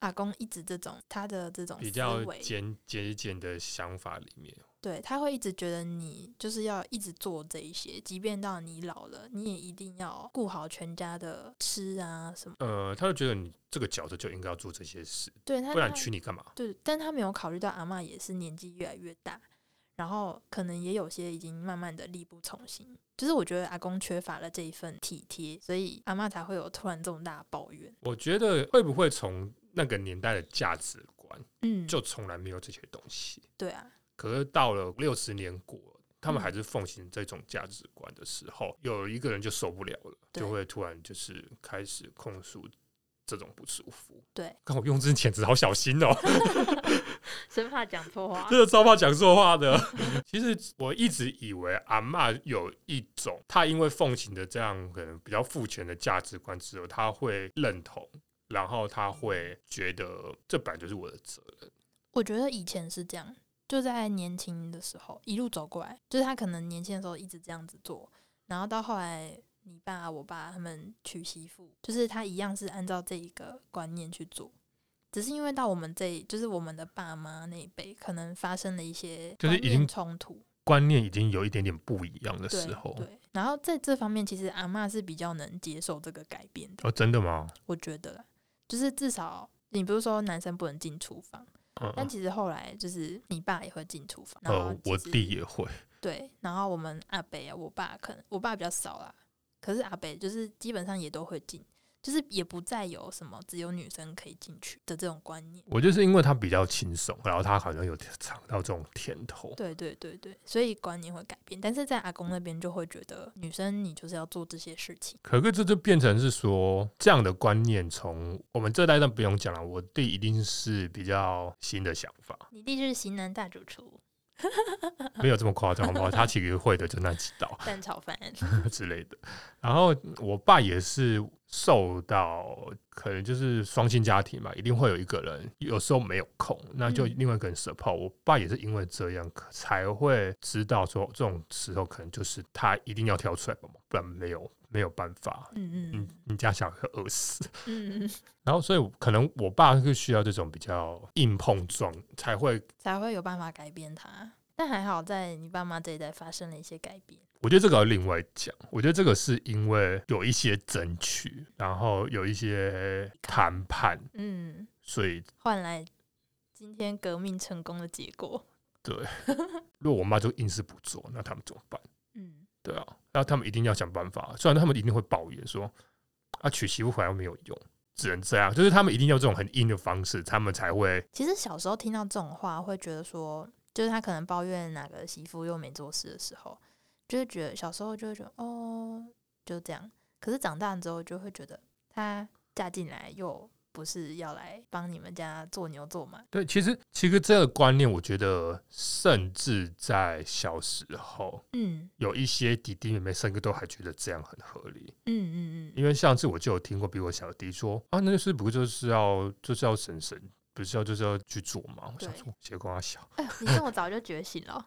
阿公一直这种他的这种比哦思较维，简节俭的想法里面，对，他会一直觉得你就是要一直做这一些，即便到你老了，你也一定要顾好全家的吃啊什么。呃，他就觉得你这个角色就应该要做这些事，对他，不然他娶你干嘛？对，但他没有考虑到阿嬷也是年纪越来越大，然后可能也有些已经慢慢的力不从心。就是我觉得阿公缺乏了这一份体贴，所以阿嬷才会有突然这么大的抱怨。我觉得会不会从那个年代的价值观嗯，就从来没有这些东西，对啊，可是到了六十年过了，他们嗯还是奉行这种价值观的时候，有一个人就受不了了，对就会突然就是开始控诉这种不舒服。对，看我用之前简直好小心哦、 生怕讲错话真的超怕讲错话 的。其实我一直以为阿嬷有一种，她因为奉行的这样可能比较父权的价值观之后，她会认同，然后她会觉得这本来就是我的责任。我觉得以前是这样，就在年轻的时候一路走过来，就是他可能年轻的时候一直这样子做，然后到后来你爸我爸他们娶媳妇，就是他一样是按照这一个观念去做，只是因为到我们这一，就是我们的爸妈那一辈，可能发生了一些就是观已念经冲突，观念已经有一点点不一样的对时候，对。然后在这方面，其实阿嬷是比较能接受这个改变的，哦，真的吗？我觉得啦，就是至少你不是说男生不能进厨房。嗯，但其实后来就是你爸也会进厨房，然后呃，我其实弟也会，对，然后我们阿北啊，我爸可能我爸比较少啦，可是阿北就是基本上也都会进，就是也不再有什么只有女生可以进去的这种观念。我就是因为他比较轻松，然后他好像有尝到这种甜头。对对对对，所以观念会改变，但是在阿公那边就会觉得女生你就是要做这些事情，可是这就变成是说，这样的观念从我们这代但不用讲了，我弟一定是比较新的想法，你弟是型男大主厨、没有这么夸张，好不好？他其实会的就那几道蛋炒饭， 嗯 之类的。然后我爸也是受到可能就是双亲家庭嘛，一定会有一个人有时候没有空，那就嗯另外一个人 support。我爸也是因为这样可才会知道说，这种时候可能就是他一定要挑出来帮忙，不然没有没有办法，嗯你嗯你家小孩会饿死。 嗯 嗯，然后，所以可能我爸是需要这种比较硬碰撞才会，才会有办法改变他。但还好在你爸妈这一代发生了一些改变。我觉得这个要另外讲。我觉得这个是因为有一些争取，然后有一些谈判，嗯，所以换来今天革命成功的结果。如果我妈就硬是不做，那他们怎么办？嗯，对啊，那他们一定要想办法。虽然他们一定会抱怨说，啊，娶媳妇回来没有用，只能这样，就是他们一定要这种很硬的方式，他们才会其实小时候听到这种话，会觉得说，就是他可能抱怨哪个媳妇又没做事的时候，就会觉得小时候就会觉得哦，就这样。可是长大之后就会觉得，她嫁进来又不是要来帮你们家做牛做马。对。其实，其实这个观念，我觉得甚至在小时候，嗯有一些弟弟妹妹甚至都还觉得这样很合理，嗯嗯嗯，因为上次我就有听过比我小的弟说啊，那就是不就是要就是要省省，不是要就是要去做嘛？我对想说结果他小，哎呦，你这么早就觉醒了哦。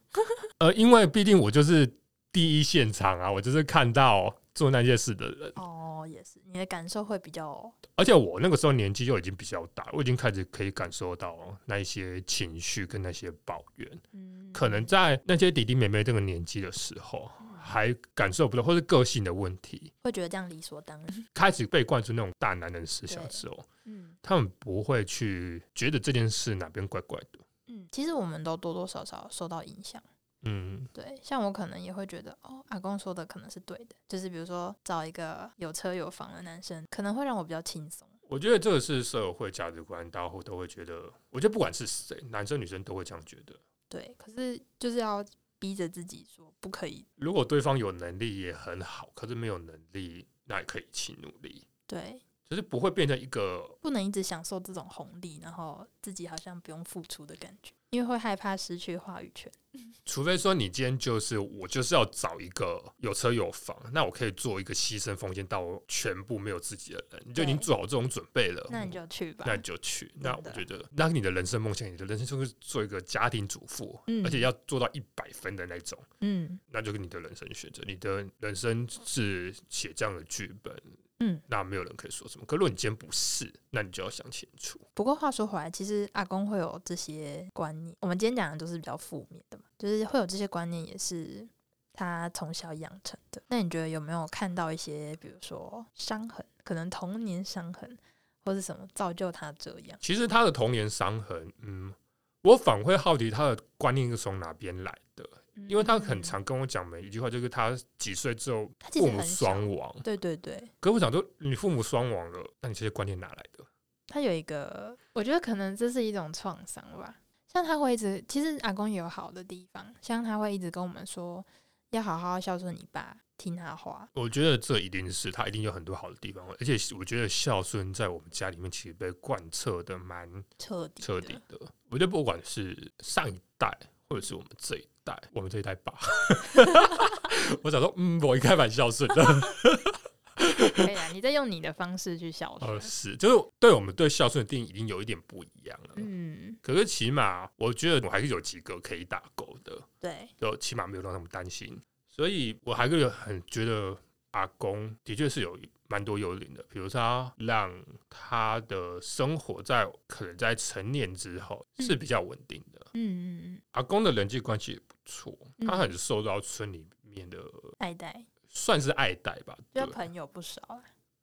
呃，因为毕竟我就是第一现场啊，我就是看到做那些事的人，哦，也是，你的感受会比较而且我那个时候年纪就已经比较大，我已经开始可以感受到那一些情绪跟那些抱怨，嗯，可能在那些弟弟妹妹这个年纪的时候还感受不到，或是个性的问题。会觉得这样理所当然。开始被灌输那种大男人思想对之后，嗯。他们不会去觉得这件事哪边怪怪的。嗯，其实我们都多多少少受到影响。嗯，对，像我可能也会觉得，哦，阿公说的可能是对的，就是比如说找一个有车有房的男生，可能会让我比较轻松。我觉得这个是社会价值观，大家都会觉得，我觉得不管是谁，男生女生都会这样觉得。对，可是就是要逼着自己说不可以。如果对方有能力也很好，可是没有能力，那也可以一起努力，对，就是不会变成一个不能一直享受这种红利，然后自己好像不用付出的感觉，因为会害怕失去话语权。除非说你今天就是我就是要找一个有车有房，那我可以做一个牺牲奉献到全部没有自己的人，你就已经对做好这种准备了。那你就去吧。哦那你就去。那我真的觉得，那你的人生梦想，你的人生就是做一个家庭主妇，嗯而且要做到一百分的那种，嗯那就是你的人生选择。你的人生是写这样的剧本，嗯。那没有人可以说什么。可如果你今天不是，那你就要想清楚。不过话说回来，其实阿公会有这些观念，我们今天讲的都是比较负面的嘛。就是会有这些观念，也是他从小养成的。那你觉得有没有看到一些，比如说伤痕，可能童年伤痕或是什么造就他这样？其实他的童年伤痕，嗯，我反会好奇他的观念是从哪边来的，因为他很嗯，常跟我讲每一句话，就是他几岁之后他其实父母很小双亡，对对对，可我想说你父母双亡了，那你这些观念哪来的？他有一个，我觉得可能这是一种创伤吧。像他会一直，其实阿公也有好的地方，像他会一直跟我们说，要好好孝顺你爸，听他话。我觉得这一定是他一定有很多好的地方，而且我觉得孝顺在我们家里面其实被贯彻的蛮彻底，彻底。的。我觉得不管是上一代，或者是我们这一代，我们这一代吧， 我想说，嗯，我应该蛮孝顺的。可以啊，你在用你的方式去孝呃，顺。是，就是对我们对孝顺的定义已经有一点不一样了。嗯，可是起码，我觉得我还是有及格可以打勾的，对，就起码没有让他们担心。所以我还是有很觉得阿公的确是有蛮多优点的，比如说他让他的生活在可能在成年之后是比较稳定的。嗯嗯嗯，阿公的人际关系也不错，嗯他很受到村里面的爱戴，算是爱戴吧，就对是朋友不少啊。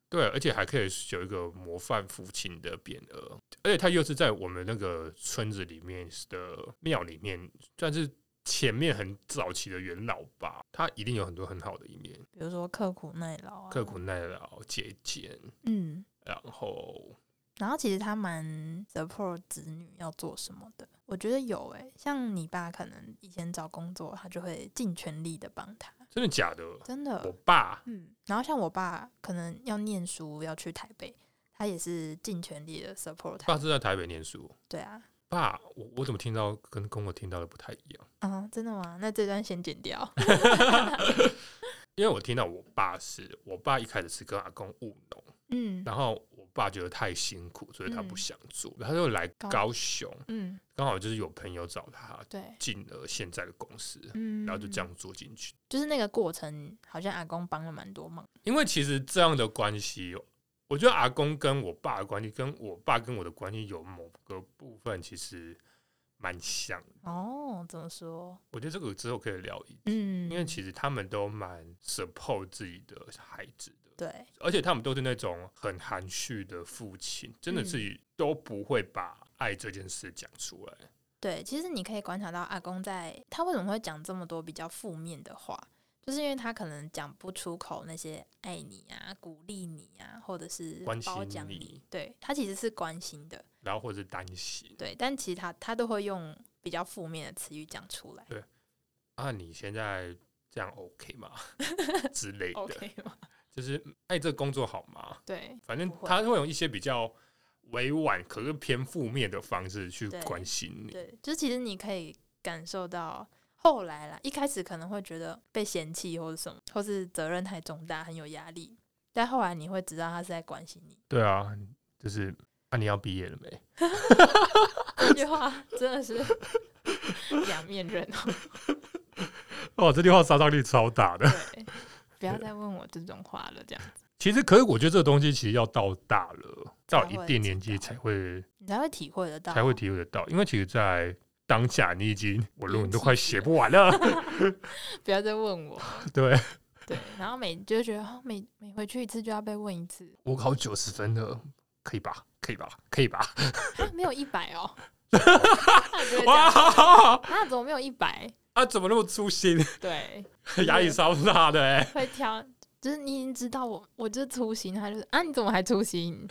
对，而且还可以有一个模范父亲的匾额，而且他又是在我们那个村子里面的庙里面，算是前面很早期的元老吧，他一定有很多很好的一面，比如说刻苦耐劳啊，刻苦，耐劳、节俭，嗯。然后然后其实他蛮 support 子女要做什么的，我觉得有诶、像你爸可能以前找工作，他就会尽全力的帮他，真的假的？真我的，爸嗯。然后像我爸可能要念书，要去台北，他也是尽全力的 support 爸他，是在台北念书，对啊，爸，我我怎么听到跟跟我听到的不太一样？啊，真的吗？那这段先 剪掉，因为我听到我爸是我爸一开始是跟阿公务农，嗯然后我爸觉得太辛苦，所以他不嗯想做，他就来高高雄，嗯，刚好就是有朋友找他对，进了现在的公司，嗯，然后就这，样做进去。就是那个过程，好像阿公帮了蛮多忙，因为其实这样的关系，我觉得阿公跟我爸的关系，跟我爸跟我的关系有某个部分其实蛮像的。哦，怎么说？我觉得这个之后可以聊一集，嗯，因为其实他们都蛮 support 自己的孩子的。对，而且他们都是那种很含蓄的父亲，真的嗯是都不会把爱这件事讲出来。对，其实你可以观察到阿公在他为什么会讲这么多比较负面的话，就是因为他可能讲不出口那些爱你啊、鼓励你啊，或者是关褒心奖你对他其实是关心的，然后或者是担心对，但其实他他都会用比较负面的词语讲出来。啊，你现在这样 OK 吗？之类的， OK 吗？就是嗯哎，这个工作好吗？对，反正不会他会用一些比较委婉，可是偏负面的方式去对关心你。对，就其实你可以感受到后来啦，一开始可能会觉得被嫌弃或者什么，或是责任太重大，很有压力。但后来你会知道他是在关心你，对啊，就是啊，你要毕业了 没？这 句话真的是 两面人哦。哦，这句话杀伤力超大的。对，不要再问我这种话了，这样子其实，可是我觉得这个东西其实要到大了，到一才会定知年纪道才会你才会体会得到，才会体会得到，因为其实，在当下你已经我论文都年纪快是写不完了， 不要再问我。对对，然后每就觉得哦每每回去一次就要被问一次，我考九十分了，可以吧？可以吧？可以吧？啊没有一百 哦，哇，哇啊怎么没有一百？啊，怎么那么粗 心？对，压力超大的哎、会挑，就是你已经知道我我就是粗心，他就是啊你怎么还粗心？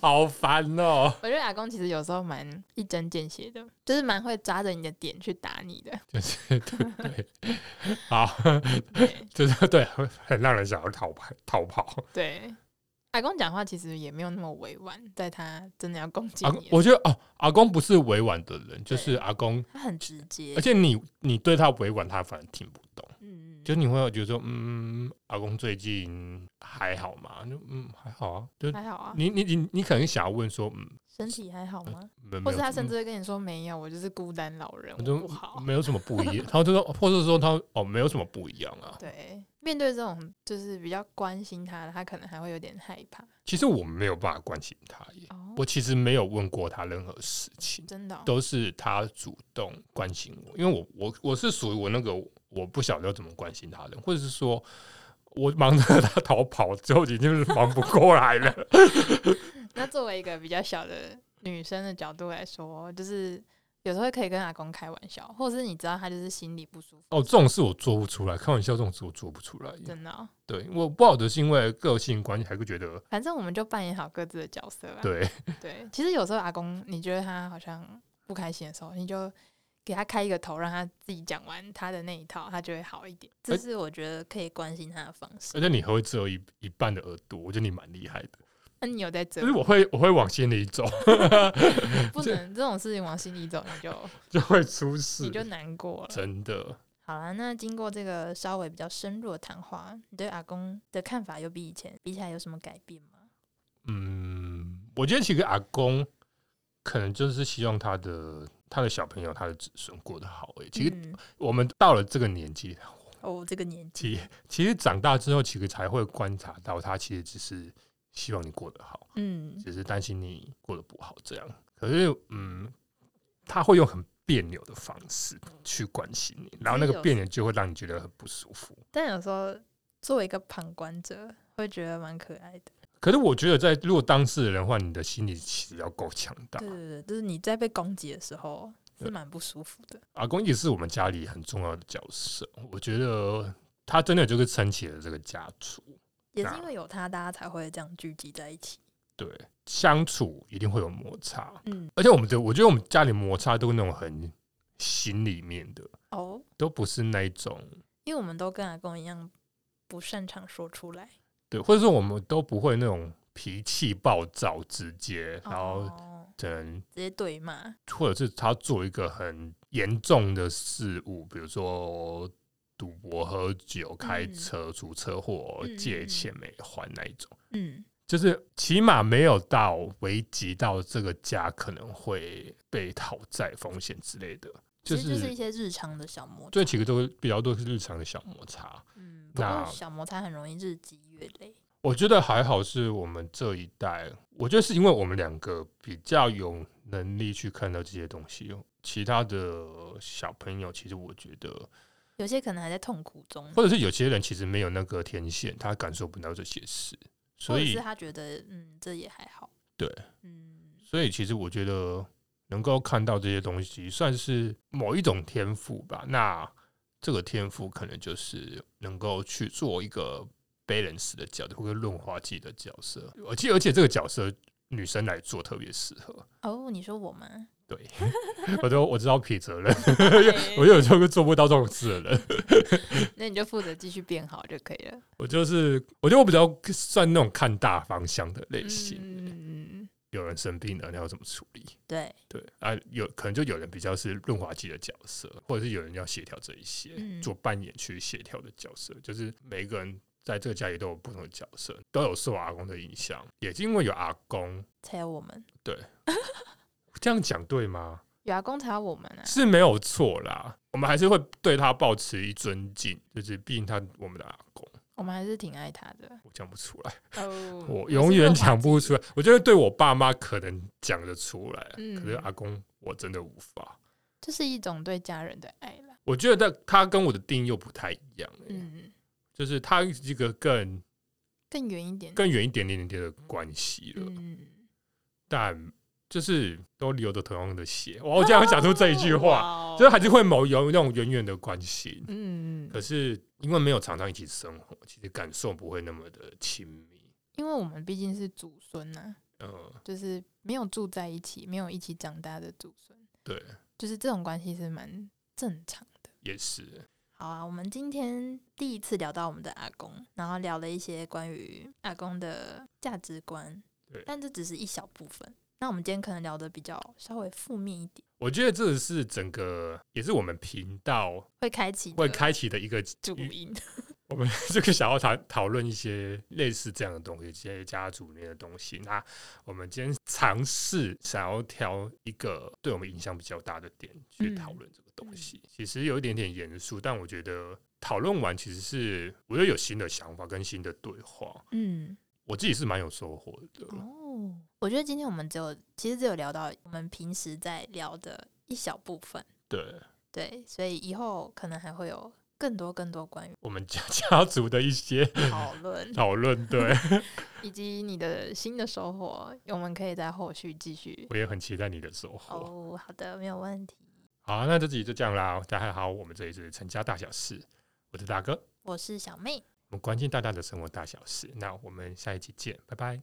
好烦哦、我觉得阿公其实有时候蛮一针见血的，就是蛮会抓着你的点去打你的。就是对对，好，对就是对，很让人想要逃跑逃跑。对，阿公讲话其实也没有那么委婉，在他真的要攻击阿你的时候，我觉得哦，阿公不是委婉的人，就是对阿公，他很直接而，且你你对他委婉，他反而听不懂。嗯，就你会有觉得说，嗯，阿公最近还好吗？就嗯，还好啊。就还好啊，你你你你可能想要问说，嗯，身体还好吗？没有或没者有他甚嗯至会跟你说没有，我就是孤单老人，我我就嗯不好。没有什么不一样，他就说，或者说他哦，没有什么不一样啊。对，面对这种就是比较关心他的，他可能还会有点害怕。其实我们没有办法关心他耶，哦，我其实没有问过他任何事情，真的哦、都是他主动关心我，因为我我我是属于我那个我不晓得要怎么关心他人，或者是说我忙着 他逃跑之后已经是忙不过来了。那作为一个比较小的女生的角度来说，就是有时候可以跟阿公开玩笑，或者是你知道他就是心里不舒服，哦，这种事我做不出来，开玩笑这种事我做不出来。真的哦、对，我不晓得是因为个性关系，还是觉得反正我们就扮演好各自的角色啊。对 对，其实有时候阿公，你觉得他好像不开心的时候，你就给他开一个头，让他自己讲完他的那一套，他就会好一点。这哎是我觉得可以关心他的方式。而且你还会遮一一半的额度，我觉得你蛮厉害的。那、你有在这就？是我会我会往心里走，不能这种事情往心里走， 你就就会出事你，就难过了。真的。好啦，那经过这个稍微比较深入的谈话，你对阿公的看法有比以前比起来有什么改变吗？嗯，我觉得其实阿公可能就是希望他的他的小朋友、他的子孙过得好、欸。其实嗯、我们到了这个年纪， 哦，这个年纪，其其实长大之后，其实才会观察到，他其实只是希望你过得好，嗯，只是担心你过得不好这样。可是，嗯，他会用很别扭的方式去关心你，然后那个别扭就会让你觉得很不舒服。但有时候作为一个旁观者，会觉得蛮可爱的。可是我觉得在，如果当事人的话，你的心理其实要够强大。对对对，就是你在被攻击的时候啊是对蛮不舒服的。阿公也是我们家里很重要的角色，我觉得他真的就是撑起了这个家族。也是那因为有他，大家才会这样聚集在一起。对，相处一定会有摩擦，嗯，而且我们的我觉得我们家里摩擦都是那种很心里面的，哦，都不是那一种因为我们都跟阿公一样不擅长说出来，对，或者说我们都不会那种脾气暴躁、直接，然后哦、可能直接对骂，或者是他做一个很严重的事物，比如说赌博、喝酒、开嗯车、出车祸、嗯嗯借嗯钱没还那一种。嗯，就是起码没有到危及到这个家可能会被讨债风险之类的，就其实就是一是些日常的小摩这擦。几个都比较多是日常的小摩擦。嗯，不那过小摩擦很容易日积月累。我觉得还好是我们这一代，我觉得是因为我们两个比较有能力去看到这些东西，其他的小朋友其实我觉得，有些可能还在痛苦中，或者是有些人其实没有那个天线，他感受不到这些事，所或者以是他觉得嗯，这也还好。对，嗯，所以其实我觉得能够看到这些东西，算是某一种天赋吧。那这个天赋可能就是能够去做一个 balance 的角色，或者润滑剂的角色。而且而且这个角色女生来做特别适合。哦，你说我吗？对，我都我知道撇责任， 我有时候做不到这种事的人。哎那你就负责继续变好就可以了。我就是我觉得我比较算那种看大方向的类型。嗯，有人生病了，你要怎么处理？对，对啊，有可能就有人比较是润滑剂的角色，或者是有人要协调这一些，嗯做扮演去协调的角色，就是每个人在这个家里都有不同的角色，都有受阿公的影响，也是因为有阿公，才有我们，这样讲对吗？有阿公才有我们啊。是没有错啦，我们还是会对他保持一尊敬，就是毕竟他我们的阿公，我们还是挺爱他的。我讲不出来，哦， 我永远讲不出来。来。我觉得对我爸妈可能讲得出来，啊嗯可是阿公我真的无法。这是一种对家人的爱啦。我觉得他跟我的定义又不太一样、欸，嗯，就是它是一个更更远一点。更远一点点点的关系了，嗯，但就是都流着同样的血。哇，我竟然会讲出这一句话，哇哦就是还是会某有那种远远的关心，嗯，可是因为没有常常一起生活，其实感受不会那么的亲密。因为我们毕竟是祖孙啊呐、呃，就是没有住在一起，没有一起长大的祖孙，对，就是这种关系是蛮正常的。也是。好啊，我们今天第一次聊到我们的阿公，然后聊了一些关于阿公的价值观对，但这只是一小部分。那我们今天可能聊的比较稍微负面一点，我觉得这是整个，也是我们频道会开启会的开启的一个主语 音。我们这个想要谈讨论一些类似这样的东西，一些家族里面的东西。那我们今天尝试想要挑一个对我们影响比较大的点去嗯讨论这个东西，其实有一点点严肃，但我觉得讨论完其实是我觉得有新的想法跟新的对话，嗯，我自己是蛮有收获的。哦，我觉得今天我们只有其实只有聊到我们平时在聊的一小部分，对对，所以以后可能还会有更多更多关于我们家 家族的一些 讨论，讨论，对以及你的新的收获，我们可以在后续继续。我也很期待你的收获。哦，好的，没有问题。好啊，那这集就这样啦。大家好，我们这里是陈家大小事，我是大哥，我是小妹，我们关心大家的生活大小事。那我们下一集见，拜拜。